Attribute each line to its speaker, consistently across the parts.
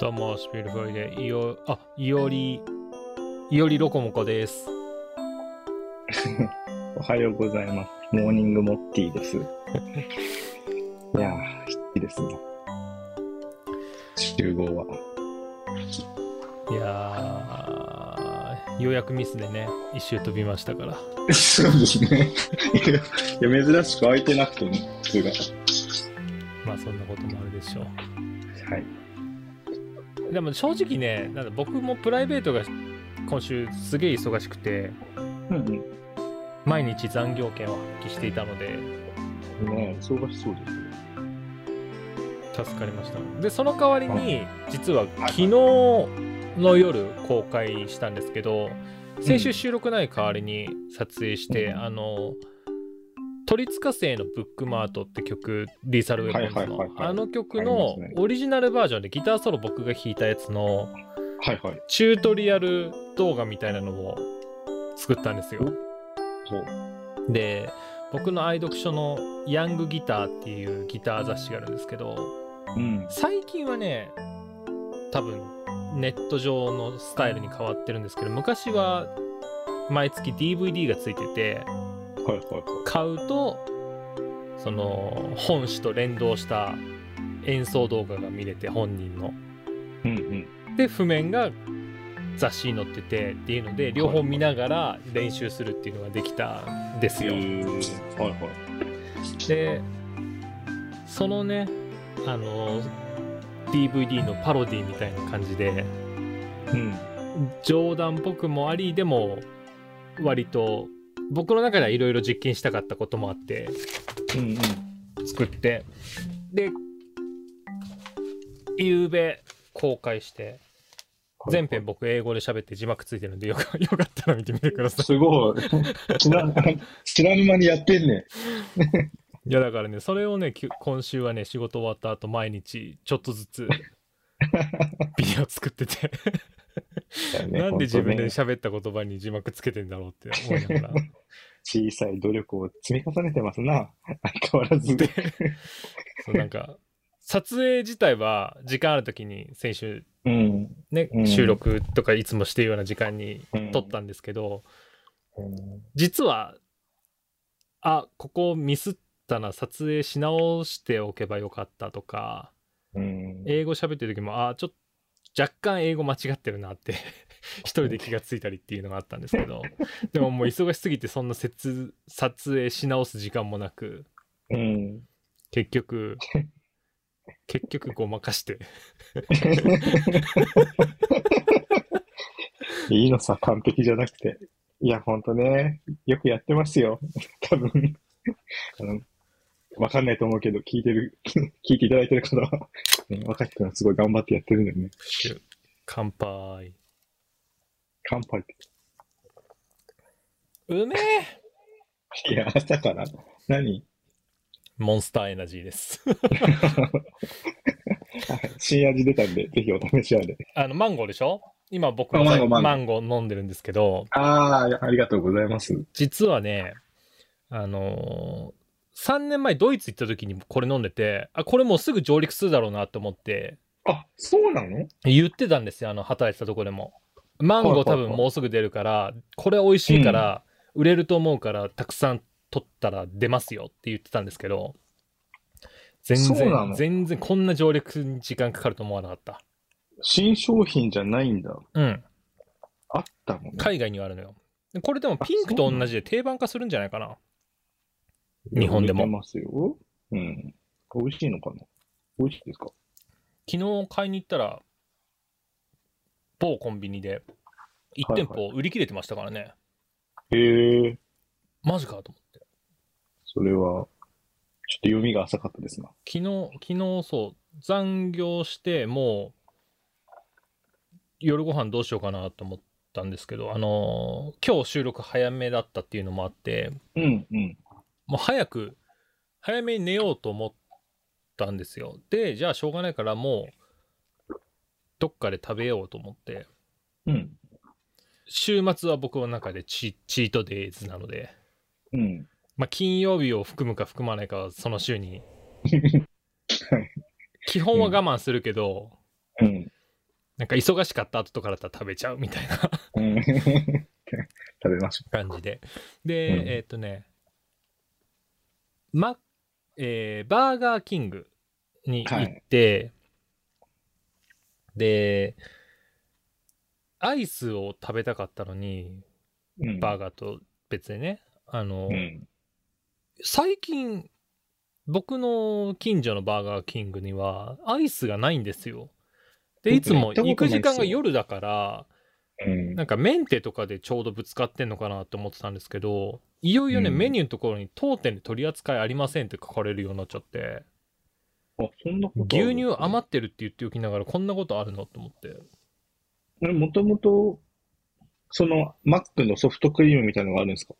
Speaker 1: どうも、スピルフォイで、いお、あ、いおり、いおりロコモコです。
Speaker 2: おはようございます。モーニングモッティです。 いやー、ヒッチですね。集合は。
Speaker 1: いやー、ようやくミスでね、一周飛びましたから。
Speaker 2: そうですね。いや、珍しく空いてなくても、普通が。
Speaker 1: まあ、そんなこともあるでしょ
Speaker 2: はい。
Speaker 1: う。でも、正直ね、なんか僕もプライベートが今週すげえ忙しくて、
Speaker 2: うん
Speaker 1: 毎日残業権を発揮していたので、
Speaker 2: うん。ねえ、忙しそうですね。
Speaker 1: 助かりました。で、その代わりに、実は
Speaker 2: はい
Speaker 1: 昨日の夜公開したんですけど、先週収録ない代わりに撮影して、
Speaker 2: うん
Speaker 1: あの、鳥塚生のブックマートって曲、リーサルウェポンズ
Speaker 2: は
Speaker 1: の
Speaker 2: いはいはい、はい
Speaker 1: あの曲
Speaker 2: あ
Speaker 1: の
Speaker 2: りますね
Speaker 1: オリジナルバージョンでギターソロ僕が弾いたやつの
Speaker 2: はいはい。
Speaker 1: チュートリアル動画みたいなのを作ったんですよ。
Speaker 2: そう。
Speaker 1: で、僕の愛読書のヤングギターっていうギター雑誌があるんですけど、
Speaker 2: うん。
Speaker 1: 最近はね多分ネット上のスタイルに変わってるんですけど昔は毎月 DVD がついてて
Speaker 2: はいは
Speaker 1: 買うとその本誌と連動した演奏動画が見れて本人の
Speaker 2: い。うんうん。
Speaker 1: で譜面が雑誌に載っててっていうので両方見ながら練習するっていうのができたんですよ。
Speaker 2: ー、はいはい。
Speaker 1: でそのねあの DVD のパロディみたいな感じで
Speaker 2: うん。
Speaker 1: 冗談っぽくもありでも割と僕の中ではいろいろ実験したかったこともあって
Speaker 2: うんうん。
Speaker 1: 作ってで夕べ公開して全編僕英語で喋って字幕ついてるんでよか よかったら見てみてくださ
Speaker 2: す ごい。知ら、知らぬ間にやってんね。
Speaker 1: いいやだからねそれをねきゅ今週はね仕事終わった後毎日ちょっとず つビデオ作っててなんで自分で
Speaker 2: 本当ね
Speaker 1: 喋った言葉に字幕つけてんだろうって思いながら
Speaker 2: 小さい努力を積み重ねてますな。相変わらずで。
Speaker 1: そうなんか撮影自体は時間ある時に先週
Speaker 2: うん。
Speaker 1: ね、
Speaker 2: うん
Speaker 1: 収録とかいつもしてるような時間に撮ったんですけど、実はあここミスったな撮影し直しておけばよかったとか
Speaker 2: うん。
Speaker 1: 英語喋ってる時もあちょっと若干英語間違ってるなって 一人で気がついたりっていうのがあったんですけどでももう忙しすぎてそんな撮撮影し直す時間もなく
Speaker 2: うん。
Speaker 1: 結局結局ごまかして
Speaker 2: いいのさ、完璧じゃなくて。いや、ほんとね、よくやってますよ。多分。あの、わかんないと思うけど、聞いてる、 聞いていただいてる方は、ね、若き君はすごい頑張ってやってるんだよね。
Speaker 1: 乾杯
Speaker 2: 乾杯って。
Speaker 1: うめえ
Speaker 2: いや、朝から。何
Speaker 1: モンスターエナジーです
Speaker 2: 新味出たんで、ぜひお試しあれ。
Speaker 1: あのマンゴーでしょ今僕が
Speaker 2: あマンゴー
Speaker 1: マ
Speaker 2: マ
Speaker 1: ンゴー飲んでるんですけど
Speaker 2: ああ、ありがとうございます。
Speaker 1: 実はねあのー、3年前ドイツ行った時にこれ飲んでてあこれもうすぐ上陸するだろうなと思って
Speaker 2: あ、そうなの
Speaker 1: 言ってたんですよあの働いてたとこでもマンゴー多分もうすぐ出るからこれ美味しいから売れると思うからたくさん取ったら出ますよって言ってたんですけど全
Speaker 2: そうな
Speaker 1: 然
Speaker 2: の
Speaker 1: 全然こんな上陸に時間かかると思わなかった
Speaker 2: 新商品じゃないんだ。
Speaker 1: うん
Speaker 2: あったもんね。
Speaker 1: 海外にはあるのよでこれでもピンクと同じで定番化するんじゃないかな日本でも
Speaker 2: 売れてますよ。うん。美味しいのかな美味しいですか
Speaker 1: 昨日買いに行ったら某コンビニで1店
Speaker 2: は
Speaker 1: 舗売り切れてましたからね、
Speaker 2: へえ。
Speaker 1: マジかと思って
Speaker 2: それは、ちょっと読みが浅かったですな。
Speaker 1: 昨日昨日そう残業してもう夜ご飯どうしようかなと思ったんですけどあのー今日収録早めだったっていうのもあって
Speaker 2: うん、うん。
Speaker 1: もう早く早めに寝ようと思ったんですよでじゃあしょうがないからもうどっかで食べようと思って
Speaker 2: うん。
Speaker 1: 週末は僕の中でチチートデイズなので、
Speaker 2: うん。
Speaker 1: まあ、金曜日を含むか含まないかはその週に基本は我慢するけど、
Speaker 2: うん。
Speaker 1: なんか忙しかった後とかだったら食べちゃうみたいな
Speaker 2: うん 食べましょ
Speaker 1: 感じで。で、
Speaker 2: うん
Speaker 1: えっ、とね、マえーバーガーキングに行って、で、アイスを食べたかったのに、
Speaker 2: う。うん。
Speaker 1: バーガーと別でね、あの、
Speaker 2: うん。
Speaker 1: 最近、僕の近所のバーガーキングにはアイスがないんですよ。で、いつも行く時間が夜だから、
Speaker 2: うん。
Speaker 1: なんかメンテとかでちょうどぶつかってんのかなって思ってたんですけど、いよいよね、
Speaker 2: うん
Speaker 1: メニューのところに当店で取り扱いありませんって書かれるようになっちゃって、
Speaker 2: あ、そんなこと
Speaker 1: 牛乳
Speaker 2: っ
Speaker 1: 余ってるって言っておきながらこんなことあるのと思って。
Speaker 2: もともと、その、マックのソフトクリームみたいなのがあるんですか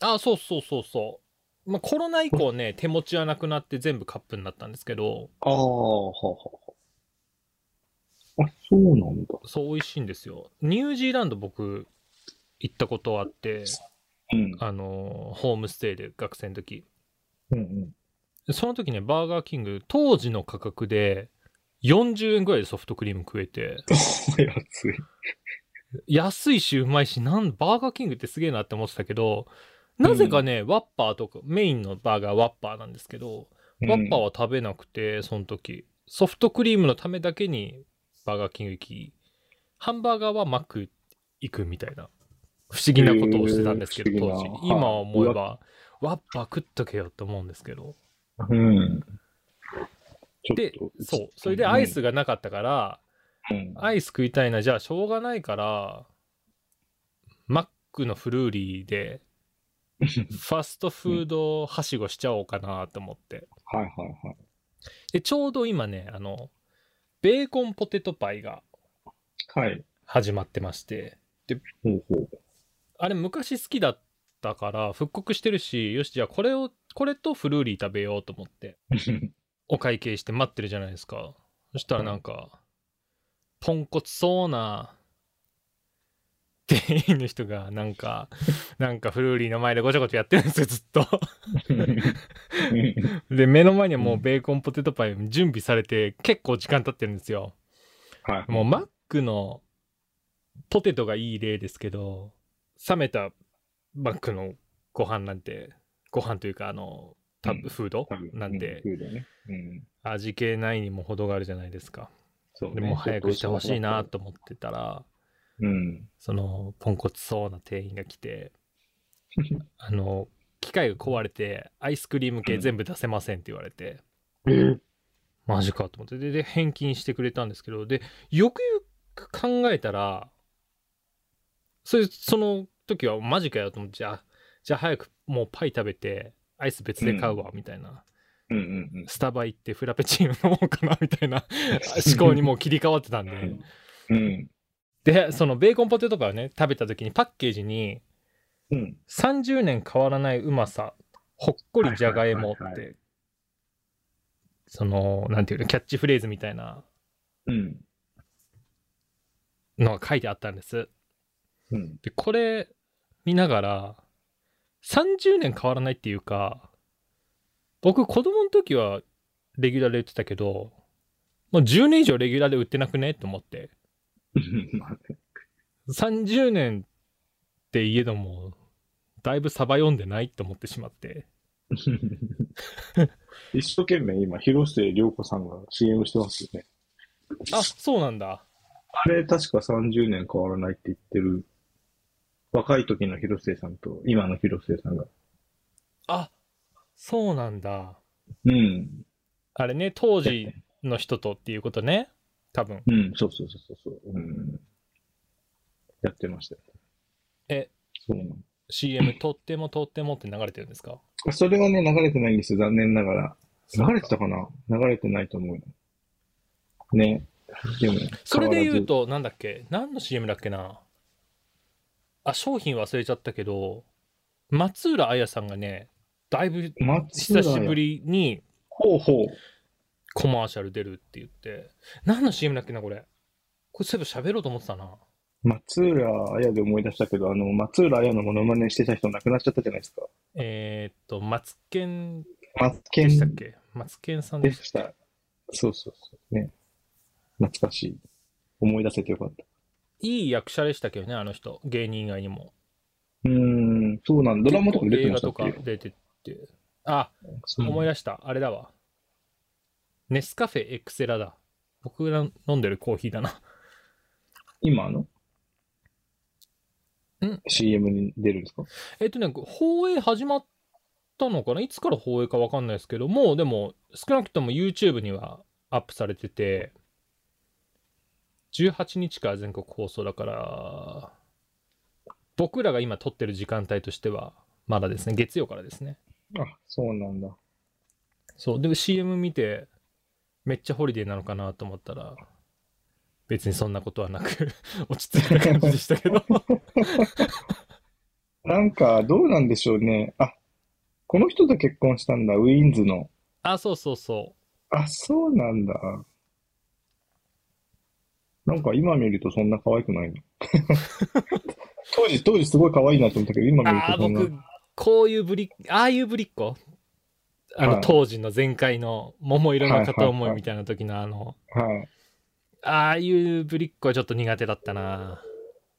Speaker 1: あそうそうそうそう。まあ、コロナ以降 ね、手持ちはなくなって全部カップになったんですけど、
Speaker 2: ああ、はあはあはあ。あ、そうなんだ。
Speaker 1: そう美味しいんですよ。ニュージーランド僕行ったことあって、
Speaker 2: うん。
Speaker 1: あのーホームステイで学生の時。
Speaker 2: うんうん。
Speaker 1: でその時ね、バーガーキング、当時の価格で40円ぐらいでソフトクリーム食えて、
Speaker 2: 安い。
Speaker 1: 安いしうまいしなんバーガーキングってすげえなって思ってたけどなぜかね、ワッパーとかメインのバーガーワッパーなんですけど、ワッパーは食べなくてその時ソフトクリームのためだけにバーガーキング行きハンバーガーはマック行くみたいな不思議なことをしてたんですけど、
Speaker 2: へー
Speaker 1: 当時
Speaker 2: 不思議な
Speaker 1: 今は思えばワッパー食っとけよと思うんですけど
Speaker 2: うん。うん。ちょっ
Speaker 1: で
Speaker 2: と
Speaker 1: そうそれでアイス。がなかったから、
Speaker 2: うん。
Speaker 1: アイス食いたいなじゃあしょうがないからマックのフルーリーでファストフードはしごしちゃおうかなと思って。
Speaker 2: はいはいはい。
Speaker 1: で、ちょうど今ね、あの、ベーコンポテトパイが
Speaker 2: はい。
Speaker 1: 始まってまして、
Speaker 2: ほうほう。
Speaker 1: あれ昔好きだったから復刻してるし、よし、じゃあこれを、これとフルーリー食べようと思って、お会計して待ってるじゃないですか。そしたらなんか、ポンコツそうな、 店員の人がなん か、なんかフルーリーの前でごちゃごちゃやってるんですよ、ずっと。 で目の前にはもうベーコンポテトパイ準備されて結構時間経ってるんですよ
Speaker 2: はい。
Speaker 1: もうマックのポテトがいい例ですけど冷めたマックのご飯なんてご飯というかあのタ
Speaker 2: うん
Speaker 1: ブフード
Speaker 2: 多分
Speaker 1: なんて
Speaker 2: うん、そうだね。うん。
Speaker 1: 味気ないにも程があるじゃないですか
Speaker 2: そうね
Speaker 1: でもう早くしてほしいな。と思ってたら
Speaker 2: うん。
Speaker 1: そのポンコツそうな店員が来 てあの機械が壊れてアイスクリーム系全部出せませんって言われて、
Speaker 2: えー
Speaker 1: マジかと思ってでで返金してくれたんですけどでよくよく考えたらそれその時はマジかよと思ってじゃあじゃあ早くもうパイ食べてアイス別で買うわみたいな、
Speaker 2: うんうんうん。
Speaker 1: スタバ行ってフラペチーノ飲もうかなみたい な思考にもう切り替わってたんで
Speaker 2: うん。
Speaker 1: でそのベーコンポテトパイをね食べた時にパッケージに
Speaker 2: うん。
Speaker 1: 30年変わらないうまさほっこりじゃがいもって、
Speaker 2: はいはいはい
Speaker 1: そのなんていうのキャッチフレーズみたいな
Speaker 2: うん。
Speaker 1: のが書いてあったんです。
Speaker 2: うん。
Speaker 1: で、これ見ながら、30年変わらないっていうか、僕子供の時はレギュラーで売ってたけど、もう10年以上レギュラーで売ってなくねと思って。
Speaker 2: うん。まあね
Speaker 1: 30年って言えども、だいぶサバ読んでないと思ってしまって。
Speaker 2: 一生懸命今、広末涼子さんが CM してますよね。
Speaker 1: あ、そうなんだ。
Speaker 2: あれ、確か30年変わらないって言ってる。若い時の広末さんと、今の広末さんが。
Speaker 1: あ、そうなんだ。
Speaker 2: うん。
Speaker 1: あれね、当時の人とっていうことね。多分。
Speaker 2: うん、そうそうそうそうそう。うん。やってましたよ。
Speaker 1: え
Speaker 2: そうなの
Speaker 1: CM とってもとってもって流れてるんですか
Speaker 2: あそれがね、流れてないんですよ、残念ながら。流れてたかな流れてないと思うよ。ね。でも、
Speaker 1: それで言うと、なんだっけ何の CM だっけなあ、商品忘れちゃったけど、松浦彩さんがね、だいぶ
Speaker 2: 変わらず、
Speaker 1: 久しぶ
Speaker 2: り。
Speaker 1: りに
Speaker 2: ほうほう。
Speaker 1: コマーシャル出るって言って、何の CM だっけな、これ。これそういえば喋ろうと思ってたな。
Speaker 2: 松浦綾で思い出したけど、あの、松浦綾のモノマネしてた人亡くなっちゃったじゃないですか。
Speaker 1: えー、っと、松健
Speaker 2: 松健
Speaker 1: でしたっけ松健さん
Speaker 2: で
Speaker 1: でした。
Speaker 2: した。そうそうそう。ね。懐かしい。思い出せてよかった。
Speaker 1: いい役者でしたけどね、あの人。芸人以外にも。
Speaker 2: うーん、そうなんだ。ドラマとか出て
Speaker 1: 映
Speaker 2: ま
Speaker 1: 画
Speaker 2: した
Speaker 1: と
Speaker 2: っけ
Speaker 1: か出てて。あ、思い出した。あれだわ。ネスカフェエクセラだ。僕が飲んでるコーヒーだな。
Speaker 2: 今の
Speaker 1: うん
Speaker 2: ?CM に出るんですか
Speaker 1: えっとね、放映始まったのかないつから放映かわかんないですけど、もうでも少なくとも YouTube にはアップされてて、18日から全国放送だから、僕らが今撮ってる時間帯としては、まだですね、月曜からですね。
Speaker 2: あ、そうなんだ。
Speaker 1: そう、でも CM 見て、めっちゃホリデーなのかなと思ったら、別にそんなことはなく、 落ち着いた感じでしたけど。
Speaker 2: なんか、どうなんでしょうね。あ、この人と結婚したんだ。ウィーンズの。
Speaker 1: あ、そうそうそ
Speaker 2: あ、そうなんだ。なんか今見るとそんな可愛 くないの。当時、当時すごい可愛いなと思ったけど、今
Speaker 1: う。
Speaker 2: 見る
Speaker 1: ああ、
Speaker 2: とそんな。
Speaker 1: 僕、こういうぶり、ああいうぶりっ子あの、
Speaker 2: はい
Speaker 1: 当時の前回の桃色の片思いみたいな時のあの、
Speaker 2: はい。
Speaker 1: ああいうぶりっ子はちょっと苦手だったな。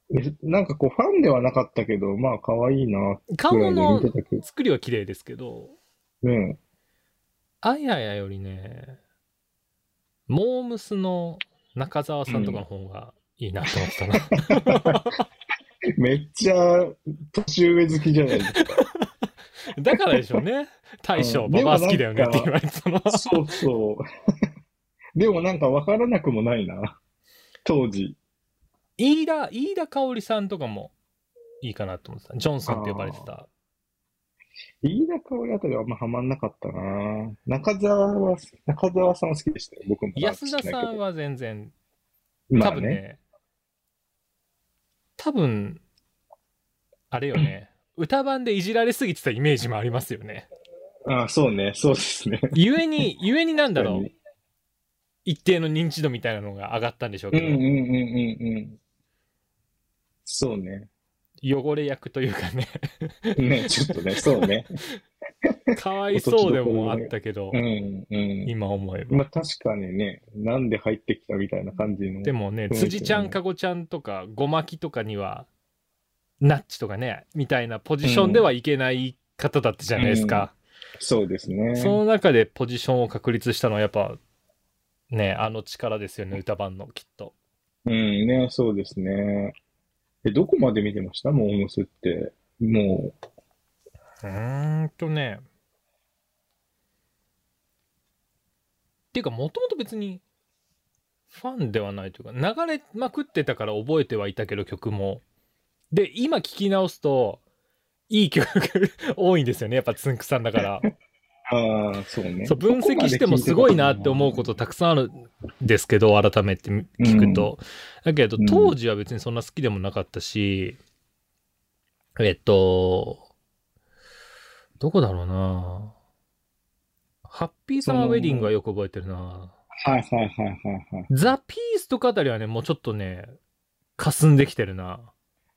Speaker 2: でなんかこう、ファンではなかったけど、まあ可愛いな、
Speaker 1: 顔
Speaker 2: ぐらいで
Speaker 1: の
Speaker 2: 見てたけど。
Speaker 1: 作りは綺麗ですけど、
Speaker 2: ね
Speaker 1: あややよりね、モームスの中澤さんとかの方がいいなと思ってたな。
Speaker 2: えめっちゃ、年上好きじ ゃないですか。
Speaker 1: だからでしょうね。大将、
Speaker 2: うん
Speaker 1: バ
Speaker 2: でも
Speaker 1: バ
Speaker 2: な
Speaker 1: ア
Speaker 2: んか
Speaker 1: 好きだよねって言われてたのは。
Speaker 2: そうそう。で もなんか分からなくもないな。当時。
Speaker 1: 飯田、飯田香織さんとかもいいかなと思ってた。ジョンソンって呼ばれてた。
Speaker 2: 飯田香織あたりはあんまハマんなかったな。中澤は、中澤さんは好きでしたよ。僕も。
Speaker 1: 安田さんは全然、
Speaker 2: まあ
Speaker 1: 多分ね、多分、あれよね、歌版でいじられすぎてたイメージもありますよね。
Speaker 2: あそうね。そうですね。
Speaker 1: ゆえに、 ゆえになんだろ
Speaker 2: 確か
Speaker 1: う、一定の認知度みたいなのが上がったんでしょう
Speaker 2: うん
Speaker 1: け
Speaker 2: う
Speaker 1: ど、
Speaker 2: んうんうんうん。そうね。
Speaker 1: 汚れ役というか ね、
Speaker 2: ね、ちょっとね、そう ね。
Speaker 1: かわいそうでもあったけど
Speaker 2: う、んうん。
Speaker 1: 今思えば。
Speaker 2: まあ確かにね、なんで入ってきたみたいな感じの。
Speaker 1: でもね、
Speaker 2: うん
Speaker 1: 辻ちゃん、かごちゃんとか、ごまきとかには、ナッチとかね、みたいなポジションではいけない方だったじゃないですか。
Speaker 2: そうですね。
Speaker 1: その中でポジションを確立したのは、やっぱ、ね、あの力ですよね、歌番の、きっと。
Speaker 2: うんね、そうですね。え、どこまで見てましたモームスって。も
Speaker 1: うーんとね。っていうか、もともと別に、ファンではないというか、流れまくってたから覚えてはいたけど、曲も。で、今聞き直すと、いい曲多いんですよね。やっぱつんくさんだから。
Speaker 2: う、ああ、そうね。
Speaker 1: そう、分析してもすごいなって思うことたくさんあるんですけど、改めて聞くと。だけど
Speaker 2: うん、
Speaker 1: 当時は別にそんな好きでもなかったし、えっと、どこだろうなハッピーサマーウェディングはよく覚えてるな
Speaker 2: はいはいはいはいはい。
Speaker 1: ザ・ピースとかあたりはね、もうちょっとね、霞んできてるな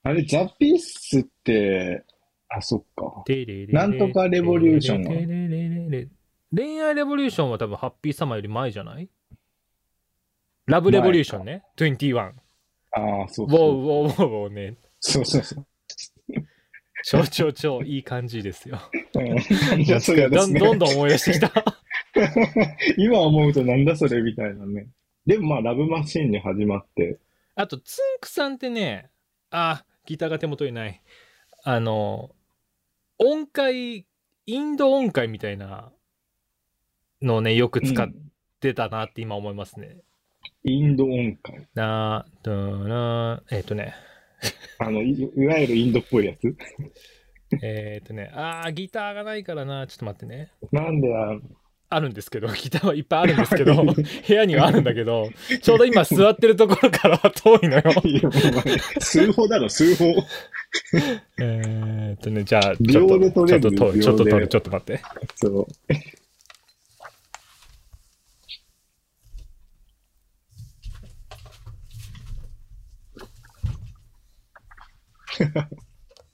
Speaker 2: あれ、ザ・ピースって、あ、そっか。
Speaker 1: なん
Speaker 2: とかレボリューションは
Speaker 1: は恋愛レボリューションは多分ハッピーサマーより前じゃないラブレボリューションね。21。
Speaker 2: ああ、そ
Speaker 1: ウォ
Speaker 2: う
Speaker 1: ー
Speaker 2: そう。
Speaker 1: ウォーウォーウォーね。
Speaker 2: そうそうそう。
Speaker 1: ちょちょちょ、いい感じですよ。
Speaker 2: なんだそれで
Speaker 1: ど
Speaker 2: す
Speaker 1: ん
Speaker 2: ね。
Speaker 1: どんどん思い出してきた。
Speaker 2: 今思うとなんだそれみたいなね。でもまあ、ラブマシーンに始まって。
Speaker 1: あと、つんくさんってね、あ、ギターが手元にない。あの、音階、インド音階みたいなのをね、よく使っ
Speaker 2: うん
Speaker 1: てたなって今思いますね。
Speaker 2: インド音階。
Speaker 1: な、どな、えっ、とね、
Speaker 2: あの、いいわゆるインドっぽいやつ。
Speaker 1: えっ、とね、あー、ギターがないからな、ちょっと待ってね。
Speaker 2: なんであの、
Speaker 1: あるんですけど、 ギターはいっぱいあるんですけど、 部屋にはあるんだけど、ちょうど今座ってるところからは遠いの よ。
Speaker 2: いやもうお前数歩だろ、数歩。
Speaker 1: えーっとね、じゃあ、ちょっ
Speaker 2: 秒で
Speaker 1: と、
Speaker 2: 取
Speaker 1: ちょ
Speaker 2: れ
Speaker 1: っと
Speaker 2: る
Speaker 1: 遠い、ちょっと
Speaker 2: 秒で
Speaker 1: 遠い、ちょっと待って。
Speaker 2: そう。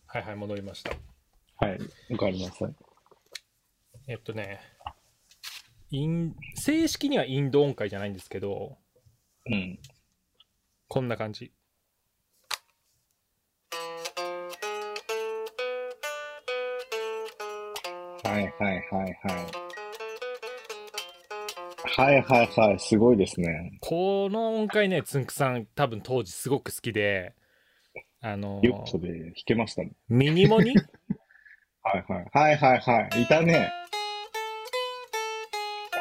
Speaker 1: はいはい、戻りました。
Speaker 2: はい。わかりました。
Speaker 1: えっとね、イン正式にはインド音階じゃないんですけど、
Speaker 2: うん。
Speaker 1: こんな感じ。
Speaker 2: はいはいはいはい。はいはいはい、すごいですね。
Speaker 1: この音階ね、つんくさん多分当時すごく好きで、あの
Speaker 2: ヨットで弾けましたね。
Speaker 1: ミニモニ
Speaker 2: はいはい。はいはいはい。いたね。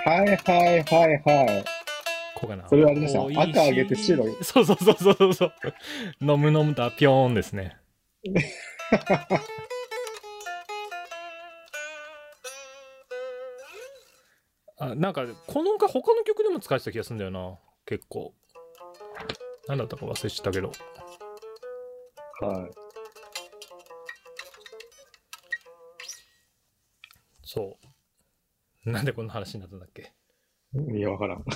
Speaker 2: はいはいはいはい。
Speaker 1: こうかな。
Speaker 2: それはあれですよ
Speaker 1: おい
Speaker 2: 赤あげて白
Speaker 1: そうそうそうそうそうそう。飲む飲むだ、ぴょーんです ね。あなんかこの音階他の曲でも使えてた気がするんだよな結構何だったか忘れちゃったけど
Speaker 2: はい。
Speaker 1: そうなんでこんな話になったんだっけ
Speaker 2: いや、わからん。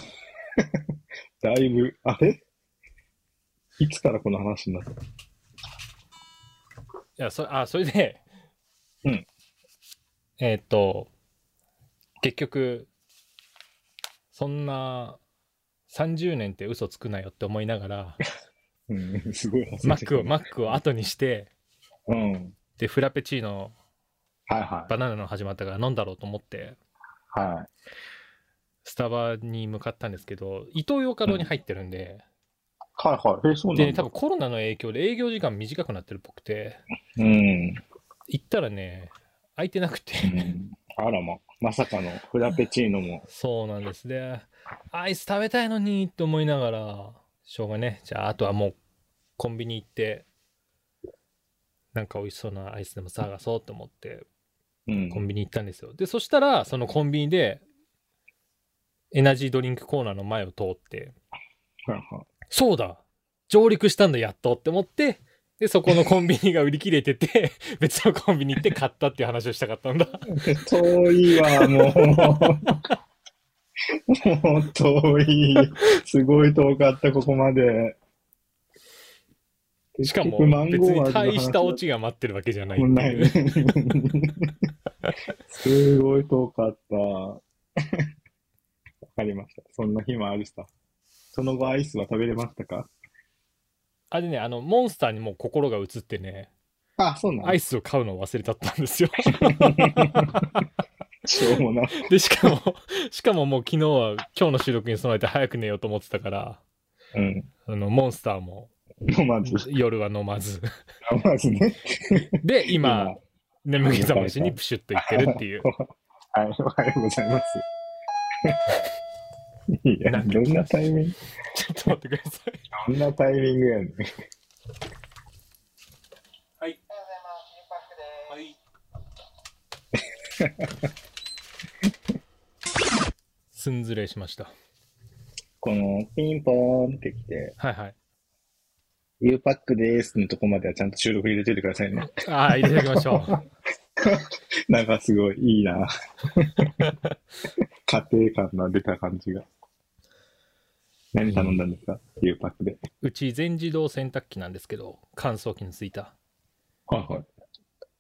Speaker 2: だいぶ、あれいつからこの話になった
Speaker 1: いや、それ、あ、それで、
Speaker 2: うん。
Speaker 1: えーっと、結局、そんな、30年って嘘つくなよって思いなが ら、
Speaker 2: うん、すごい話
Speaker 1: マックを、マックを後にして、
Speaker 2: うん。
Speaker 1: で、フラペチーノ、
Speaker 2: はいは
Speaker 1: バナナの始まったから飲んだろうと思って、
Speaker 2: い。は
Speaker 1: スタバに向かったんですけど、イトーヨーカドーに入ってるんで、
Speaker 2: い。はいはい。え、そう
Speaker 1: で
Speaker 2: な
Speaker 1: ね、
Speaker 2: ん
Speaker 1: 多
Speaker 2: だ。
Speaker 1: 分コロナの影響で営業時間短くなってるっぽくて、
Speaker 2: うん。
Speaker 1: 行ったらね、空いてなくて、
Speaker 2: うんあらま、まさかのフラペチーノも。
Speaker 1: そうなんですね。アイス食べたいのにと思いながら、しょうがね。じゃあ、あとはもうコンビニ行って、なんか美味しそうなアイスでも探そうと思って、
Speaker 2: うん
Speaker 1: コンビニ行ったんですよ。で、そしたら、そのコンビニで、エナジードリンクコーナーの前を通って、
Speaker 2: はいは
Speaker 1: そうだ上陸したんだ、やっとって思って、で、そこのコンビニが売り切れてて、 別のコンビニ行って買ったっていう話をしたかったんだ。
Speaker 2: い遠いわ、もう。もう遠い。すごい遠かった、ここまで。
Speaker 1: しかも
Speaker 2: 結局マ、ン
Speaker 1: 別
Speaker 2: ゴー
Speaker 1: に
Speaker 2: 味の話
Speaker 1: 大したオチが待ってるわけじゃないって
Speaker 2: もう
Speaker 1: いう
Speaker 2: ないね。すごい遠かった。わかりました。そんな日もあるさ。その後アイスは食べれましたか
Speaker 1: あれね、あの、モンスターにもう心が移ってね、
Speaker 2: あ、そうなん
Speaker 1: アイスを買うのを忘れちゃったんですよ。
Speaker 2: しょうもな。
Speaker 1: で、しか も、しかももう昨日は今日の収録に備えて早く寝ようと思ってたから、
Speaker 2: うん。
Speaker 1: あの、モンスターも
Speaker 2: 飲まず。
Speaker 1: 夜は飲まず。
Speaker 2: 飲まずね。
Speaker 1: で、今、眠気覚まし
Speaker 2: 今
Speaker 1: にプシュッといってるっていう。
Speaker 2: はい、おはようござい ます。いや、どんなタイミング、
Speaker 1: ちょっと待ってください。
Speaker 2: どんなタイミングやねん。
Speaker 1: すんずれしました。
Speaker 2: この、ピンポーンってきて、
Speaker 1: はいはい。
Speaker 2: U パックでーすのとこまではちゃんと収録入れといてくださいね。
Speaker 1: ああ、入れていきましょう。
Speaker 2: なんかすごいいい な。家庭感が出た感じが。何頼んだんですか、?U パックで。
Speaker 1: うち全自動洗濯機なんですけど、乾燥機についた。
Speaker 2: はいはい。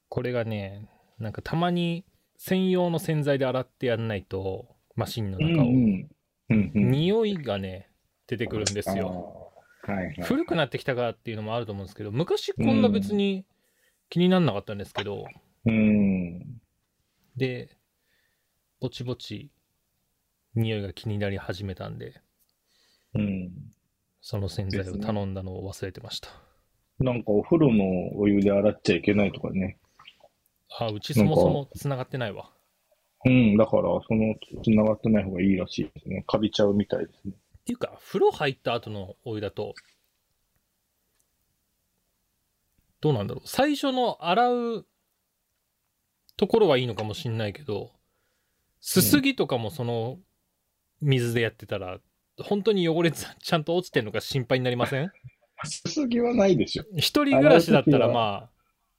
Speaker 1: これがね、なんかたまに専用の洗剤で洗ってやんないと、マシンの
Speaker 2: う
Speaker 1: 中を。
Speaker 2: ん、うん。うん、うん。
Speaker 1: 匂いがね出てくるんですよ
Speaker 2: あー。はいはい。
Speaker 1: 古くなってきたからっていうのもあると思うんですけど昔こんな別に気になんなかったんですけど、
Speaker 2: うん。
Speaker 1: でぼちぼち匂いが気になり始めたんで
Speaker 2: うん。
Speaker 1: その洗剤を頼んだのを忘れてました、
Speaker 2: なんかお風呂のお湯で洗っちゃいけないとかね。
Speaker 1: あうちそもそもつながってないわ
Speaker 2: うん、だから、その、繋がってない方がいいらしいですね。カビちゃうみたいですね。
Speaker 1: っていうか風呂入った後のお湯だとどうなんだろう最初の洗うところはいいのかもしんないけどすすぎとかもその水でやってたら、本当に汚れちゃちゃんと落ちてるのか心配になりません
Speaker 2: すすぎはないでしょ。
Speaker 1: 一人暮らしだった
Speaker 2: 洗う
Speaker 1: ら
Speaker 2: 時は
Speaker 1: まあ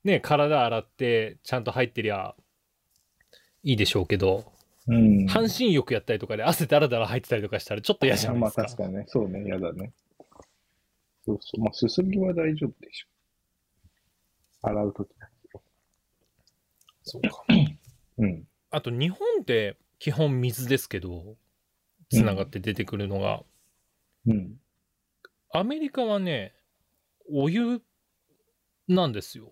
Speaker 1: ね体洗ってちゃんと入ってりゃいいでしょうけど、
Speaker 2: うん。
Speaker 1: 半身浴やったりとかで汗だらだら入ってたりとかしたらちょっと嫌じゃない
Speaker 2: ま
Speaker 1: で
Speaker 2: あ
Speaker 1: すか,、
Speaker 2: 確かにね。そうね、嫌だね。そうそう。まあ、すすぎは大丈夫でしょ。洗うときだけど。
Speaker 1: そうか
Speaker 2: うん。
Speaker 1: あと日本って基本水ですけどつながって出てくるのが、
Speaker 2: うん。
Speaker 1: アメリカはね、お湯なんですよ。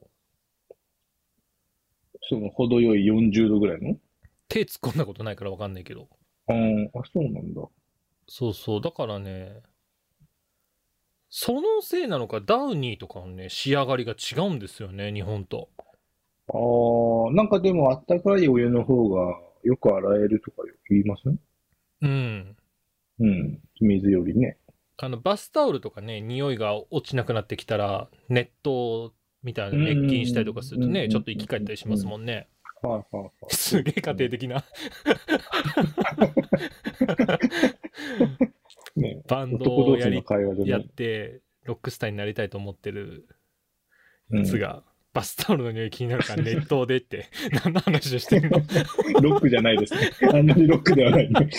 Speaker 2: その程よい40度ぐらいの
Speaker 1: 手突っ込んだことないからわかんないけど。
Speaker 2: うん、あ、そうなんだ。
Speaker 1: そうそう。だからね、そのせいなのか、ダウニーとかのね、仕上がりが違うんですよね、日本と。
Speaker 2: あー、なんかでもあったかいお湯の方がよく洗えるとか言いません
Speaker 1: うん。
Speaker 2: うん、水よりね。
Speaker 1: あの、バスタオルとかね、匂いが落ちなくなってきたら、熱湯みたいな
Speaker 2: うん
Speaker 1: 熱菌したりとかすると
Speaker 2: う
Speaker 1: ね、
Speaker 2: ん
Speaker 1: ちょっと生き返ったりしますもんね。
Speaker 2: はいはいはい。
Speaker 1: すげえ家庭的な。
Speaker 2: ね、
Speaker 1: バンド
Speaker 2: 男同
Speaker 1: を
Speaker 2: 士
Speaker 1: や
Speaker 2: の
Speaker 1: り
Speaker 2: 会話じゃ
Speaker 1: や
Speaker 2: な
Speaker 1: っ
Speaker 2: い。
Speaker 1: て、ロックスターになりたいと思ってるやつが、バスタオルの匂い気になる から熱湯でって、何の話をしてんの
Speaker 2: ロックじゃないです ね。あんまりロックでは ない、ね。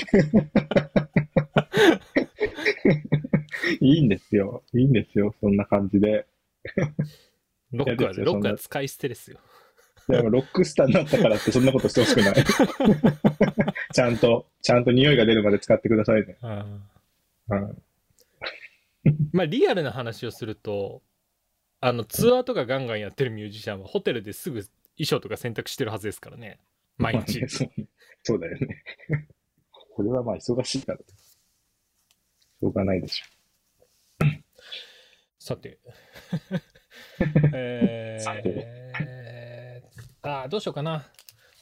Speaker 2: いいんですよ。いいんですよ。そんな感じで。
Speaker 1: ロックは、
Speaker 2: いやですよ
Speaker 1: ロック
Speaker 2: そん
Speaker 1: は
Speaker 2: な
Speaker 1: 使い捨てですよ。
Speaker 2: でもロックスターになったからってそんなことしてほしくない。 ちゃんと、ちゃんと匂いが出るまで使ってくださいね。
Speaker 1: うん
Speaker 2: うん、
Speaker 1: まあ、リアルな話をすると、あの、ツアーとかガンガンやってるミュージシャンは、ホテルですぐ衣装とか洗濯してるはずですからね。毎日
Speaker 2: まあね。そう そうだよね。これはまあ忙しいから。しょうがないでしょ。
Speaker 1: さて。え
Speaker 2: さ
Speaker 1: ー、あーどうしようかな。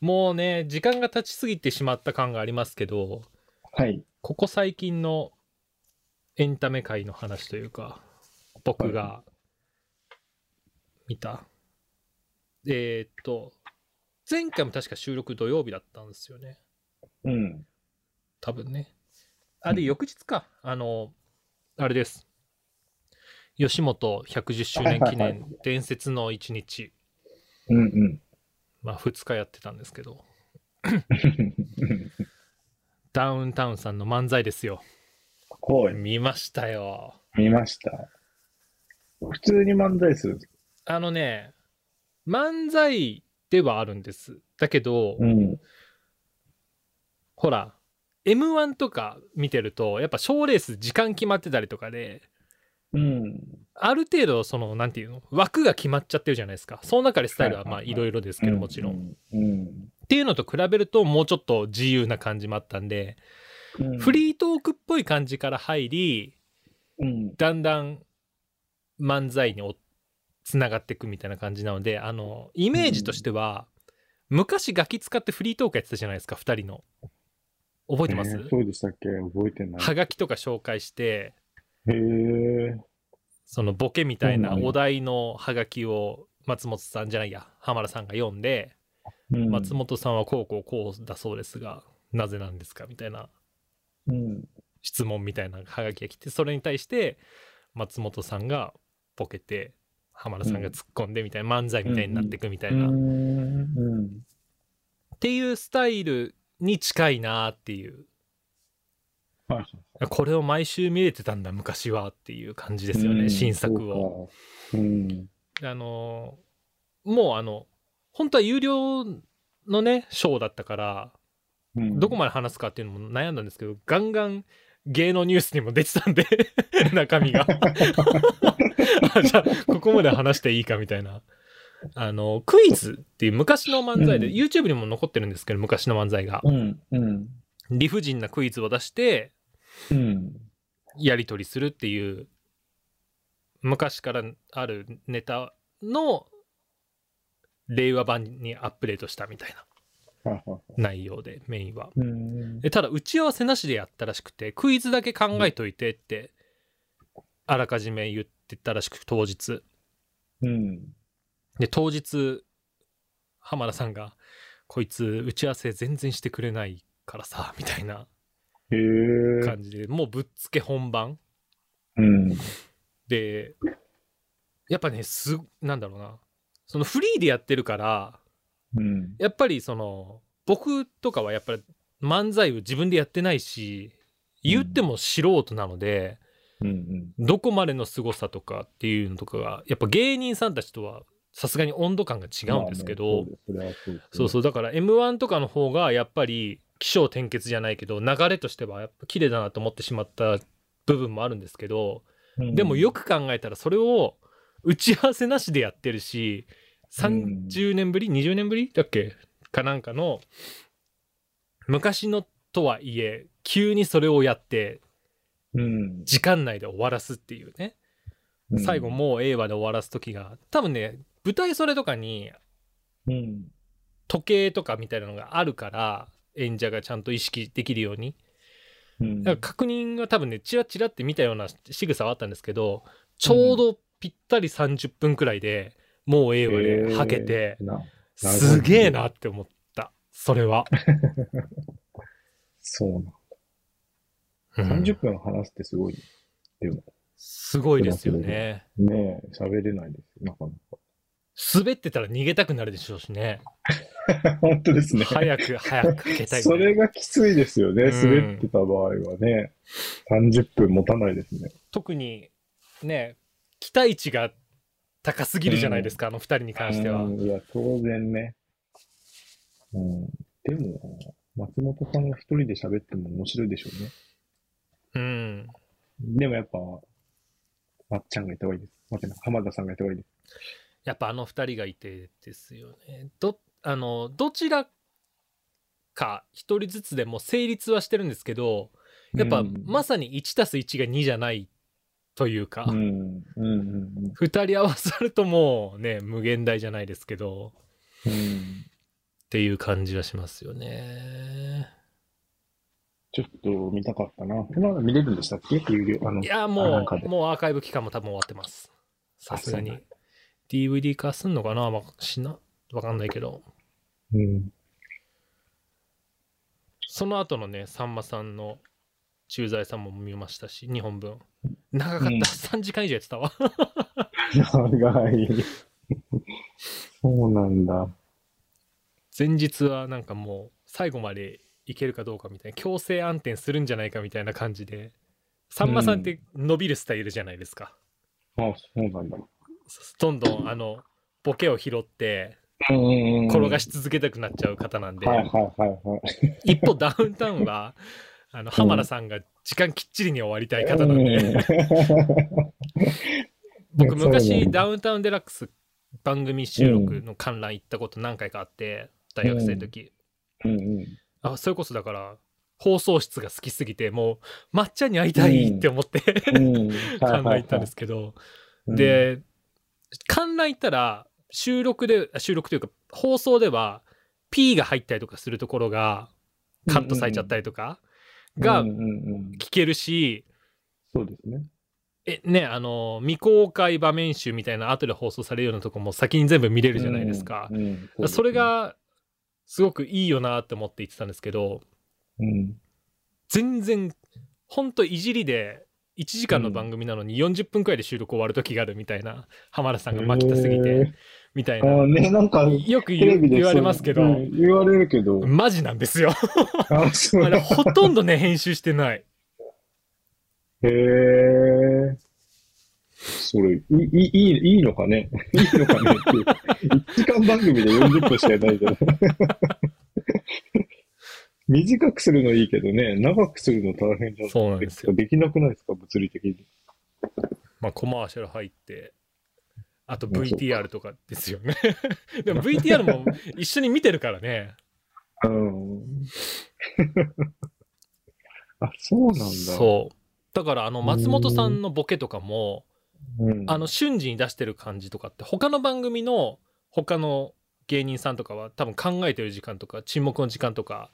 Speaker 1: もうね、時間が経ちすぎてしまった感がありますけど、
Speaker 2: はい。
Speaker 1: ここ最近のエンタメ界の話というか、僕が見た。えーっと、前回も確か収録土曜日だったんですよね。
Speaker 2: うん。
Speaker 1: 多分ね。あ、で、
Speaker 2: うん
Speaker 1: 翌日か。あの、あれです。吉本110周年記
Speaker 2: はいはいは
Speaker 1: 念伝説の1日、
Speaker 2: うんうん。
Speaker 1: まあ2日やってたんですけ ど、ダウンタウンさんの漫才ですよ。
Speaker 2: はい。
Speaker 1: 見ましたよ。
Speaker 2: 見ました。普通に漫才するんです。
Speaker 1: あのね、漫才ではあるんです。だけど、
Speaker 2: うん。
Speaker 1: ほら、M1 とか見てると、やっぱ賞ーレース時間決まってたりとかで、
Speaker 2: うん。
Speaker 1: ある程度、その、なんていうの、枠が決まっちゃってるじゃないですか。その中でスタイルは、
Speaker 2: はいはい
Speaker 1: まあ、
Speaker 2: はい
Speaker 1: いろいろですけど、もちろん。
Speaker 2: うん。
Speaker 1: っていうのと比べるともうちょっと自由な感じもあったんで、
Speaker 2: うん。
Speaker 1: フリートークっぽい感じから入り
Speaker 2: うん。
Speaker 1: だんだん漫才におつながっていくみたいな感じなのであのイメージとしては、昔ガキ使ってフリートークやってたじゃないですか2人の覚えてます、
Speaker 2: えーそうでしたっけ覚えてない。
Speaker 1: はがきとか紹介して
Speaker 2: へえ。
Speaker 1: そのボケみたいな
Speaker 2: そうなんだ
Speaker 1: お題のはがきを松本さんじゃないや浜田さんが読んで、
Speaker 2: うん
Speaker 1: 松本さんはこうこうこうだそうですがなぜなんですかみたいな
Speaker 2: うん。
Speaker 1: 質問みたいなハガキが来てそれに対して松本さんがボケて浜田さんが突っ込んでみたいな漫才みたいになっていくみたいな、
Speaker 2: う
Speaker 1: っ
Speaker 2: ん。うん
Speaker 1: ていうスタイルに近いなっていう
Speaker 2: はい。
Speaker 1: これを毎週見れてたんだ昔はっていう感じですよね、
Speaker 2: うん
Speaker 1: 新作を。。
Speaker 2: そうかうん。
Speaker 1: あのーもうあの本当は有料のねショーだったから
Speaker 2: うん
Speaker 1: どこまで話すかっていうのも悩んだんですけどガンガン芸能ニュースにも出てたんで 中身が あじゃあここまで話していいかみたいなあのクイズっていう昔の漫才で、
Speaker 2: うん
Speaker 1: YouTube にも残ってるんですけど昔の漫才が
Speaker 2: うん。うん。
Speaker 1: 理不尽なクイズを出して
Speaker 2: うん。
Speaker 1: やり取りするっていう昔からあるネタの令和版にアップデートしたみたいな
Speaker 2: はいはいはい
Speaker 1: 内容でメインは
Speaker 2: うん。
Speaker 1: えただ打ち合わせなしでやったらしくてクイズだけ考えといてってあらかじめ言ってたらしくて当日
Speaker 2: うん。
Speaker 1: で当日浜田さんが「こいつ打ち合わせ全然してくれないからさ」みたいな
Speaker 2: へえ。
Speaker 1: 感じでもうぶっつけ本番
Speaker 2: うん。
Speaker 1: でやっぱねすなんだろうなそのフリーでやってるから
Speaker 2: うん。
Speaker 1: やっぱりその僕とかはやっぱり漫才を自分でやってないし言っても素人なので、
Speaker 2: うん。
Speaker 1: どこまでの凄さとかっていうのとかがやっぱ芸人さんたちとはさすがに温度感が違うんですけど、
Speaker 2: まあねそうですそれは
Speaker 1: そうそうだから m 1とかの方がやっぱり起承転結じゃないけど流れとしてはやっぱ綺麗だなと思ってしまった部分もあるんですけど
Speaker 2: うん
Speaker 1: でもよく考えたらそれを打ち合わせなしでやってるし30年ぶり、20年ぶりだっけかなんかの昔のとはいえ急にそれをやって
Speaker 2: うん、
Speaker 1: 時間内で終わらすっていうね
Speaker 2: うん
Speaker 1: 最後、もう映画で終わらす時が多分ね舞台それとかに
Speaker 2: うん、
Speaker 1: 時計とかみたいなのがあるから演者がちゃんと意識できるように
Speaker 2: うん、
Speaker 1: だから確認が多分ねチラチラって見たような仕草はあったんですけどちょうどぴったり30分くらいでもう映画ではけて、
Speaker 2: えーななるほど
Speaker 1: すげえなって思ったそれは、
Speaker 2: そう
Speaker 1: う
Speaker 2: な。
Speaker 1: ん
Speaker 2: 30分話すってすごい。でも、
Speaker 1: すごいですよね
Speaker 2: ねえ、喋れないですよ、なかな
Speaker 1: 滑ってたら逃げたくなるでしょうしね
Speaker 2: か。 本当ですね。
Speaker 1: 早く早くかけたいぐ
Speaker 2: そ
Speaker 1: らい
Speaker 2: れがきついですよね。
Speaker 1: うん
Speaker 2: 滑ってた場合はね、30分持たないですね。
Speaker 1: 特にね期待値が高すぎるじゃないですか、あの2人に関しては、
Speaker 2: うんいや、当然ね。うん、でも、松本さんが一人で喋っても面白いでしょうね。
Speaker 1: うん、
Speaker 2: でもやっぱ、まっちゃんがいた方がいいです。待ってな、浜田さんがいた方がいいです。
Speaker 1: やっぱあの2人がいてですよねどあのどちらか1人ずつでも成立はしてるんですけどやっぱ、
Speaker 2: うん
Speaker 1: まさに 1+1 が2じゃないというか、
Speaker 2: うん、うん、うん
Speaker 1: 2人合わさるともうね無限大じゃないですけど
Speaker 2: うん、うん。
Speaker 1: っていう感じはしますよね
Speaker 2: ちょっと見たかったな。まだ見れるんでしたっけ有料、あの
Speaker 1: い、や
Speaker 2: あな
Speaker 1: も
Speaker 2: んかで
Speaker 1: うもうアーカイブ期間も多分終わってますさすが
Speaker 2: あ
Speaker 1: に
Speaker 2: そ
Speaker 1: DVD 化すんのかな、まあ、しなわかんないけど
Speaker 2: うん。
Speaker 1: その後のね、さんまさんの駐在さんも見ましたし、2本分。長かった、
Speaker 2: うん
Speaker 1: 3時間以上やってたわ。
Speaker 2: 長い。そうなんだ。
Speaker 1: 前日はなんかもう、最後までいけるかどうかみたいな、強制暗転するんじゃないかみたいな感じで、さんまさんって伸びるスタイルじゃないですか。
Speaker 2: あ、そうなんだ。
Speaker 1: どんどん、あの、ボケを拾って、転
Speaker 2: 転
Speaker 1: が
Speaker 2: し
Speaker 1: し続けたくなっちゃう方なんで、
Speaker 2: はいはいはいはい。
Speaker 1: 一方ダウンタウンは、 あの浜田さんが時間きっちりに終わりたい方なんで、僕昔ダウンタウンデラックス番組収録の観覧行ったこと何回かあって、大学生の時、
Speaker 2: うんうん、
Speaker 1: あそれこそだから放送室が好きすぎてもう抹茶に会いたいって思って、
Speaker 2: うん。
Speaker 1: 観覧行ったんですけど、で観覧行ったら収録であ収録というか放送では P が入ったりとかするところがカットされちゃったりとかが
Speaker 2: うんうんうん、
Speaker 1: 聞けるし、
Speaker 2: そうですね。
Speaker 1: えねあの未公開場面集みたいな後で放送されるようなとこも先に全部見れるじゃないですか
Speaker 2: う、んうん
Speaker 1: それ、がすごくいいよなって思って言ってたんですけど
Speaker 2: うん、
Speaker 1: 全然ほんといじりで1時間の番組なのに40分くらいで収録終わる時があるみたいな浜田さんが巻きたすぎてみたい
Speaker 2: あ
Speaker 1: な
Speaker 2: あね、なんか、
Speaker 1: よく
Speaker 2: テレ
Speaker 1: 言う
Speaker 2: ビで
Speaker 1: 言われますけど
Speaker 2: そううん言われるけど、
Speaker 1: マジなんですよ
Speaker 2: あ、そう
Speaker 1: あ
Speaker 2: な
Speaker 1: れ
Speaker 2: んだ。
Speaker 1: ほとんどね編集してない
Speaker 2: へえ。それ、いい、いい、いいのかねいいのかねっていう。1時間番組で40分しかやらないじゃん。短くするのいいけどね、長くするの大変じゃん。
Speaker 1: そうなんですよ
Speaker 2: できなくないですか、物理的に。
Speaker 1: まあコマーシャル入ってあと
Speaker 2: まあそうか
Speaker 1: VTR とかですよね でも VTR も一緒に見てるからね
Speaker 2: うん。 あ、そうなんだ。
Speaker 1: そうだからあの松本さんのボケとかも、
Speaker 2: うん。
Speaker 1: あの瞬時に出してる感じとかって他の番組の他の芸人さんとかは多分考えてる時間とか沈黙の時間とか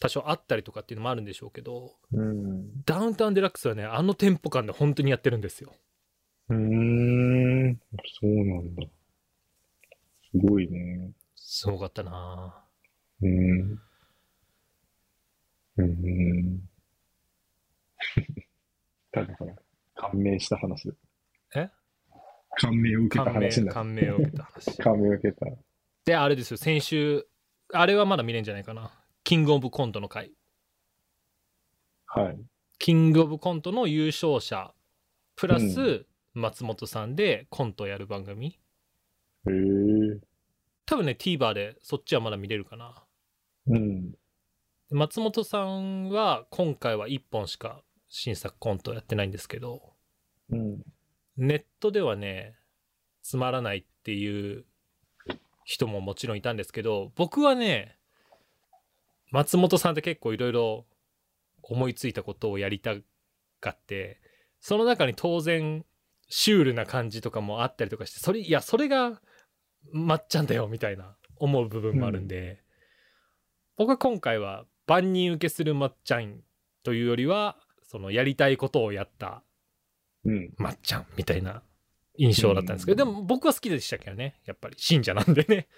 Speaker 1: 多少あったりとかっていうのもあるんでしょうけど
Speaker 2: うん。
Speaker 1: ダウンタウンデラックスはねあのテンポ感で本当にやってるんですよ
Speaker 2: うーん。そうなんだ。すごいね。
Speaker 1: すごかったな
Speaker 2: うん。うん。 だから、感銘した話だ。
Speaker 1: え
Speaker 2: 感銘を
Speaker 1: ぁ
Speaker 2: 受けた
Speaker 1: 感
Speaker 2: 話
Speaker 1: 銘
Speaker 2: になる。
Speaker 1: 感銘を受けた話
Speaker 2: 感銘を受けた。
Speaker 1: であれですよ先週あれはまだ見れんじゃないかなキングオブコントの回
Speaker 2: はい。
Speaker 1: キングオブコントの優勝者プラ
Speaker 2: う
Speaker 1: ス松本さんでコントをやる番組、
Speaker 2: へえ。
Speaker 1: 多分ね TVer でそっちはまだ見れるかな
Speaker 2: うん。
Speaker 1: 松本さんは今回は1本しか新作コントやってないんですけど
Speaker 2: うん。
Speaker 1: ネットではね、つまらないっていう人ももちろんいたんですけど、僕はね、松本さんって結構いろいろ思いついたことをやりたがって、その中に当然シュールな感じとかもあったりとかして、それ、いや、それがまっちゃんだよみたいな思う部分もあるんで、僕は今回は万人受けするまっちゃんというよりは、そのやりたいことをやった
Speaker 2: うん。
Speaker 1: まっちゃんみたいな印象だったんですけど、
Speaker 2: うん
Speaker 1: でも僕は好きでしたけどねやっぱり信者なんでね、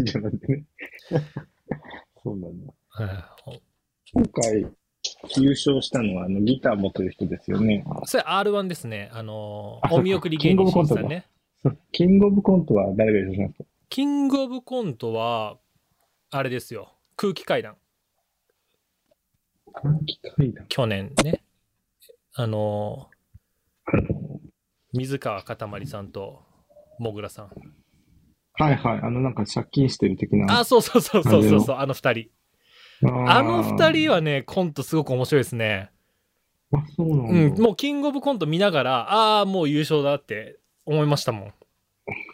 Speaker 2: じゃなんでね。 そうなんだ。
Speaker 1: はい
Speaker 2: 今回、優勝したのは、あの、ギター持ってる人ですよね。
Speaker 1: それ R1 ですねあの
Speaker 2: あ
Speaker 1: ーお見送り
Speaker 2: そっか
Speaker 1: 芸人しん
Speaker 2: キングオブコント
Speaker 1: さん
Speaker 2: だ
Speaker 1: ね
Speaker 2: そうキングオブコントは誰が優勝したんですか
Speaker 1: キングオブコントはあれですよ空気階段
Speaker 2: 短期会談。
Speaker 1: 去年ねあのー水川かたまりさんともぐらさん
Speaker 2: はいはい。あの、なんか借金してる的な。
Speaker 1: あそうそうそうそうそうそうあの二人あの二人
Speaker 2: は。
Speaker 1: はねコントすごく面白いですね
Speaker 2: あ、そうなんだ。
Speaker 1: うん、もうキングオブコント見ながら、ああ、もう優勝だって思いましたもん。
Speaker 2: へ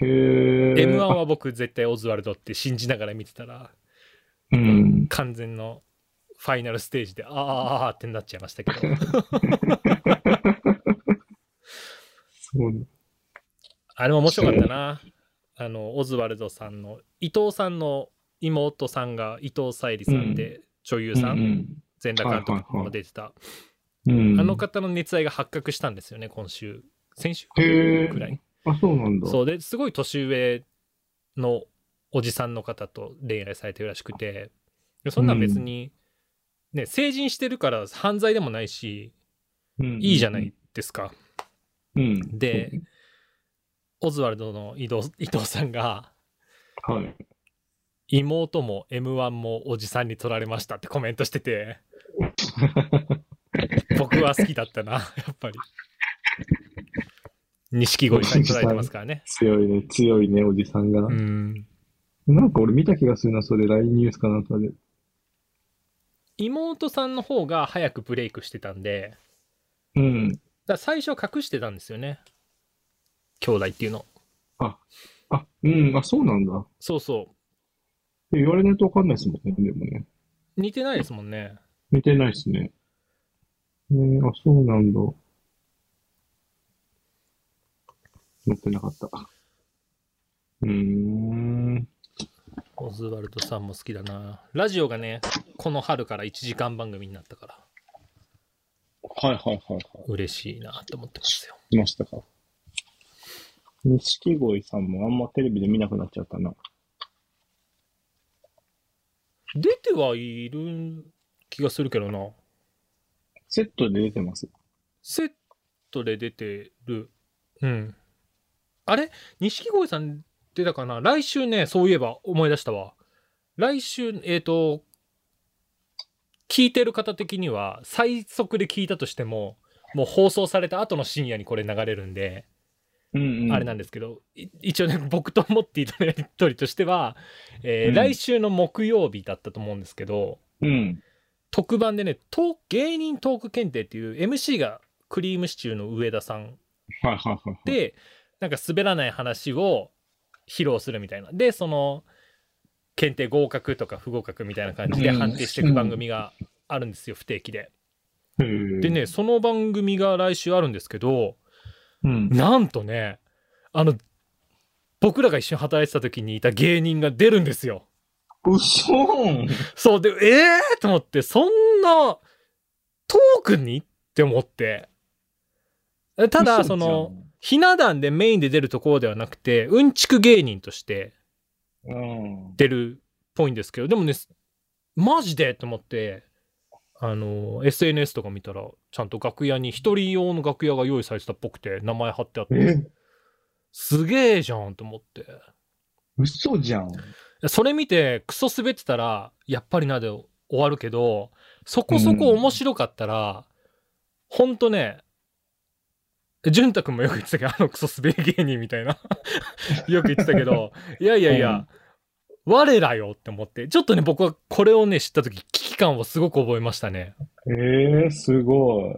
Speaker 2: ぇ
Speaker 1: M1 は僕絶対オズワルドって信じながら見てたら、
Speaker 2: うん。
Speaker 1: 完全のファイナルステージで、あーあーあーってなっちゃいましたけ ど、
Speaker 2: そう
Speaker 1: あれも面白かったな。あの、オズワルドさんの、伊藤さんの妹さんが伊藤沙莉さんで、女優さ、
Speaker 2: うんん
Speaker 1: 全裸監督も出てた。
Speaker 2: うん。うん
Speaker 1: あの方の熱愛が発覚したんですよね、今週。先週
Speaker 2: へー
Speaker 1: くらい。
Speaker 2: あ、そうなんだ。
Speaker 1: そうですごい年上のおじさんの方と恋愛されてるらしくてでそんなん別に、ね、成人してるから犯罪でもないし
Speaker 2: うん
Speaker 1: いいじゃない。ですか、
Speaker 2: うん。
Speaker 1: でオズワルドの伊藤 伊藤さんが
Speaker 2: そうね、
Speaker 1: 妹も m 1もおじさんに取られましたってコメントして て
Speaker 2: はい。
Speaker 1: 僕は好きだったなやっぱり錦鯉さんに取られてますからね
Speaker 2: 強いね、強いね、おじさんが。
Speaker 1: うん
Speaker 2: なんか俺見た気がするな、それ、LINE ニュースかなんかで。
Speaker 1: 妹さんの方が早くブレイクしてたんで
Speaker 2: うん。
Speaker 1: だから最初は隠してたんですよね兄弟っていうの
Speaker 2: あ、うん、あ、そうなんだ。
Speaker 1: そうそ
Speaker 2: で言われないとわかんないですもんね、でもね。
Speaker 1: う似てないですもんね
Speaker 2: 見てないですね。ねあ、そうなんだ。持ってなかった。うーん。
Speaker 1: オズワルドさんも好きだなラジオがねこの春から1時間番組になったから
Speaker 2: はいはいはいはい。
Speaker 1: 嬉しいなと思ってますよ
Speaker 2: いましたか。錦鯉さんもあんまテレビで見なくなっちゃったな。
Speaker 1: 出てはいる気がするけどな
Speaker 2: セットで出てます。
Speaker 1: セットで出てるうんあれ錦鯉さん出たかな来週ねそういえば思い出したわ来週えっ、と聞いてる方的には最速で聞いたとしてももう放送された後の深夜にこれ流れるんで、
Speaker 2: うん
Speaker 1: あれなん
Speaker 2: で
Speaker 1: ですけどい一応ね 僕と思っていたやりとりとしては、えー
Speaker 2: うん
Speaker 1: 来週の木曜日だったと思うんですけど
Speaker 2: うん。
Speaker 1: 特番でねトーク芸人トーク検定っていう MC がクリームシチューの上田さん
Speaker 2: はいはいはいはい。
Speaker 1: でなんか滑らない話を披露するみたいなでその検定合格とか不合格みたいな感じで
Speaker 2: うん
Speaker 1: 判定していく番組があるんですよ、不定期で
Speaker 2: へー
Speaker 1: で、ねその番組が来週あるんですけど
Speaker 2: うん。
Speaker 1: なんとねあの僕らが一緒に働いてた時にいた芸人が出るんですよ
Speaker 2: うそーん
Speaker 1: そうでええー、と思ってそんなトークにって思ってえただその、ひな壇でメインで出るところではなくて、うんちく芸人として
Speaker 2: 嘘じゃん
Speaker 1: 出るっぽいんですけど、でもね、すマジでと思って、あの、SNS とか見たら、ちゃんと楽屋に一人用の楽屋が用意されてたっぽくて、名前貼ってあっ
Speaker 2: うん。
Speaker 1: て、
Speaker 2: え、
Speaker 1: すげえじゃんと思って。
Speaker 2: 嘘じゃん。
Speaker 1: それ見て、クソ滑ってたら、やっぱりなで終わるけど、そこそこ面白かったら、ほんとね、潤太くんもよく言ってたけど、あのクソ滑り芸人みたいな、 よく言ってたけど、いやいやいや、我らよって思って、ちょっとね、僕はこれをね、知った時、危機感をすごく覚えましたね。
Speaker 2: えー、すご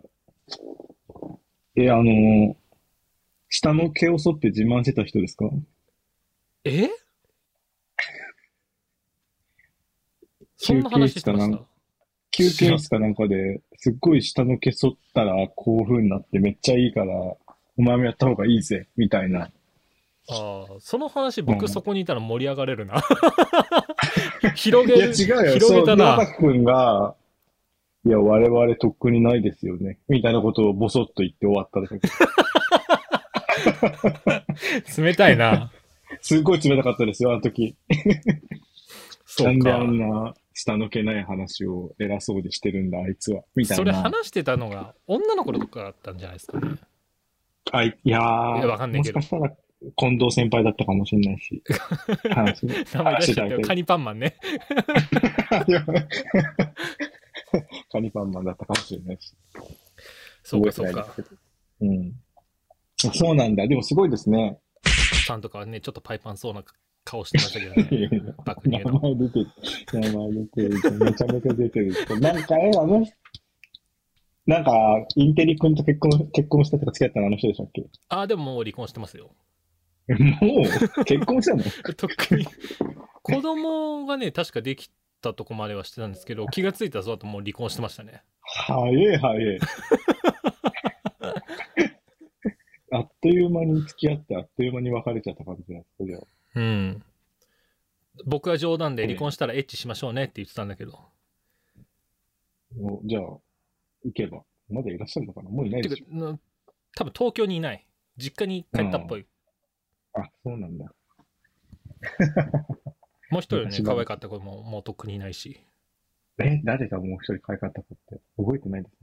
Speaker 2: い。え、あの、下の毛を剃って自慢してた人ですか
Speaker 1: えそんな
Speaker 2: 休憩
Speaker 1: 話し
Speaker 2: 室
Speaker 1: て
Speaker 2: か
Speaker 1: ま
Speaker 2: な
Speaker 1: し
Speaker 2: ん
Speaker 1: た
Speaker 2: 休憩室かなんかで、すっごい下の毛剃ったら、こういう風になってめっちゃいいから、お前もやった方がいいぜ、みたいな。
Speaker 1: ああ、その話、僕
Speaker 2: うん
Speaker 1: そこにいたら盛り上がれる な。広げ
Speaker 2: いや、
Speaker 1: る、
Speaker 2: 違うよ。
Speaker 1: 広げた
Speaker 2: そう、宮
Speaker 1: な。
Speaker 2: 崎くんが、いや、我々とっくにないですよね。みたいなことをボソッと言って終わっただ け。
Speaker 1: 冷たいな。
Speaker 2: すっごい冷たかったですよ、あの時。
Speaker 1: そ
Speaker 2: なん
Speaker 1: う
Speaker 2: で
Speaker 1: か
Speaker 2: あ。んな下の毛ない話を偉そうにしてるんだ、あいつは。みたい
Speaker 1: それ
Speaker 2: な。
Speaker 1: 話してたのが女の子とかだったんじゃないですかね。
Speaker 2: あいいや
Speaker 1: いやわかん
Speaker 2: ー、
Speaker 1: ない
Speaker 2: も
Speaker 1: け
Speaker 2: し
Speaker 1: ど
Speaker 2: かしたら近藤先輩だったかもしれない し。話ね
Speaker 1: 名前出しちゃっ
Speaker 2: あしてた
Speaker 1: た
Speaker 2: け
Speaker 1: よ。
Speaker 2: ど
Speaker 1: カニパンマンね。
Speaker 2: カニパンマンだったかもしれないし。
Speaker 1: そうか、そう
Speaker 2: 覚えてないで
Speaker 1: か
Speaker 2: す。けど。うん。そうなんだ。でもすごいですね。
Speaker 1: さんとかはね、ちょっとパイパンそうな顔してましたけど
Speaker 2: いやいや
Speaker 1: ね。バクニ
Speaker 2: 名
Speaker 1: ューの。
Speaker 2: 前出てる。名前出てる。めちゃめちゃ出てる。なんか、え、あの人、なんか、インテリ君と結婚、結婚したとか付き合ったのあの人でしたっけ
Speaker 1: ああ、でももう離婚してますよ。
Speaker 2: もう、結婚したの
Speaker 1: 特 に。子供がね、確かできたとこまではしてたんですけど、気がついたらその後もう離婚してましたね。
Speaker 2: 早い早い。あっという間に付き合って、あっという間に別れちゃった感じなんですけど。
Speaker 1: うん。僕は冗談で離婚したらエッチしましょうねって言ってたんだけど。
Speaker 2: もうじゃあ、行けば。まだいらっしゃるのかなもういない
Speaker 1: て
Speaker 2: で
Speaker 1: か
Speaker 2: しょ。、
Speaker 1: うん多分東京にいない。実家に帰ったっぽい。
Speaker 2: あ、そうなんだ。
Speaker 1: もう一人ね
Speaker 2: 昔、話
Speaker 1: 可愛かった子ももうとっくにいないし。
Speaker 2: え、誰がもう一人買い方ったかって、覚えてないです。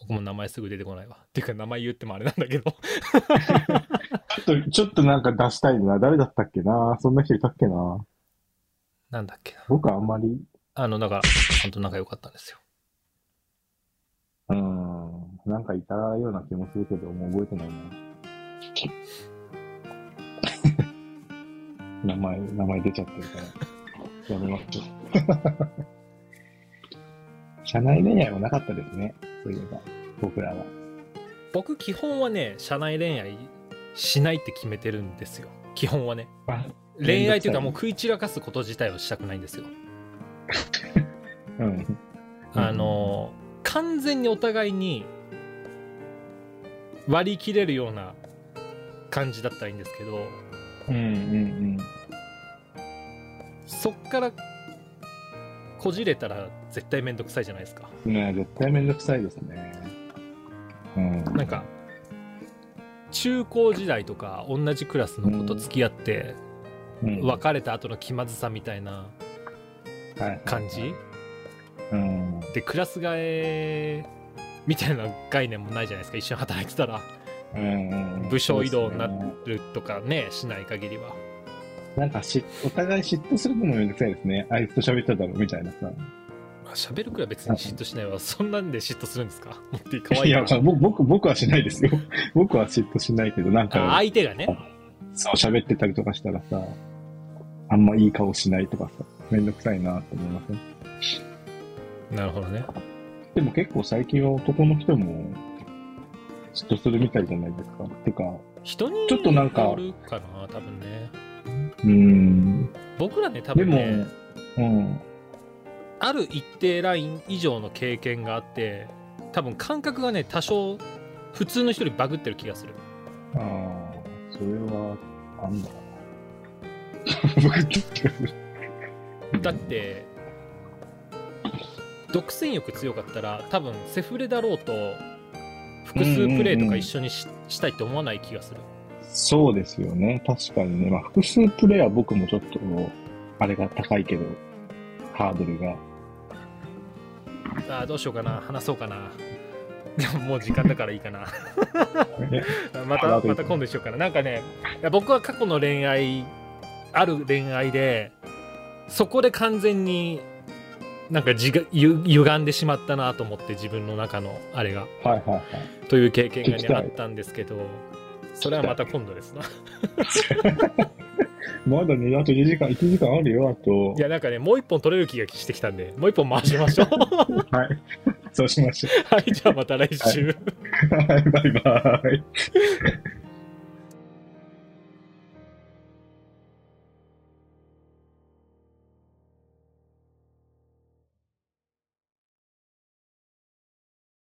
Speaker 1: 僕も名前すぐ出てこないわ。ていうか名前言ってもあれなんだけど。
Speaker 2: ちょっと、ちょっとなんか出したいな。誰だったっけなそんな人いたっけな
Speaker 1: なんだっけな。
Speaker 2: 僕はあんまり、
Speaker 1: あの、だから、ちゃんと仲良かったんですよ。
Speaker 2: うーん、なんかいたような気もするけど、もう覚えてない な。名前、名前出ちゃってるから、やめ ましょう。社内恋愛はなかったですね。そういえば、僕らは。
Speaker 1: 僕、基本はね、社内恋愛しないって決めてるんですよ。基本はね。
Speaker 2: あ、
Speaker 1: 恋愛というかもう食い散らかすこと自体はしたくないんですよ。
Speaker 2: うん。
Speaker 1: あの完全にお互いに割り切れるような感じだったらいいんですけど
Speaker 2: うんうん
Speaker 1: そっからこじれたら絶対面倒くさいじゃないですか
Speaker 2: うん。ね絶対めんどくさいですね。うん。
Speaker 1: なんか中高時代とか同じクラスの子と付き合って
Speaker 2: うん、
Speaker 1: 別れた後の気まずさみたいな
Speaker 2: はい
Speaker 1: 感じ
Speaker 2: うん。
Speaker 1: でクラス替えみたいな概念もないじゃないですか一緒に働いてたら
Speaker 2: うん
Speaker 1: 部署移動にな
Speaker 2: そうですね
Speaker 1: るとかねしない限りは
Speaker 2: なんかし、お互い嫉妬するのもめんどくさいですね。あいつと喋ってただろ、みたいなさ。
Speaker 1: まあ、喋るくらい別に嫉妬しないわ。 そんなんで嫉妬するんですか持っていいかわい
Speaker 2: い
Speaker 1: い
Speaker 2: や、
Speaker 1: な。
Speaker 2: 僕、僕僕はしないですよ。 僕は嫉妬しないけど、なん
Speaker 1: あ
Speaker 2: か、
Speaker 1: 相手がね。
Speaker 2: そう喋ってたりとかしたらさ、あんまいい顔しないとかさ、めんどくさいなって思いません
Speaker 1: なるほどね。
Speaker 2: でも結構最近は男の人も嫉妬するみたいじゃないですか。てか、
Speaker 1: 人に
Speaker 2: ちょっとなんか
Speaker 1: よるかな、多分ね。
Speaker 2: うーん。
Speaker 1: 僕らね、多
Speaker 2: で
Speaker 1: 分
Speaker 2: も、
Speaker 1: ね、
Speaker 2: うん。
Speaker 1: ある一定ライン以上の経験があって、多分感覚がね、多少、普通の人よりバグってる気がする。
Speaker 2: ああ、それは、あんだかな。僕って気がする。
Speaker 1: だって、独占欲強かったら、多分セフレだろうと、複数プレイとか一緒にし,、したいって思わない気がする。
Speaker 2: そうですよね。確かにね。まあ、複数プレイは僕もちょっと、あれが高いけど、ハードルが。
Speaker 1: あーどうしようかな話そうかな でももう時間だからいいかな また
Speaker 2: ああと一分
Speaker 1: また今度にしようかななんかねいや僕は過去の恋愛ある恋愛でそこで完全になんか自がゆ歪んでしまったなと思って自分の中のあれが
Speaker 2: はいはいはい。
Speaker 1: という経験が、
Speaker 2: 聞き
Speaker 1: ね、
Speaker 2: たい
Speaker 1: あったんですけどそれはまた今度ですな
Speaker 2: まだね、あと2時間、1時間あるよ、あと
Speaker 1: い。やなんかねもう一本取れる気がして きたんでもう一本回しましょう
Speaker 2: はい。そうしましょ
Speaker 1: はいじゃあまた来週、
Speaker 2: バイバイ。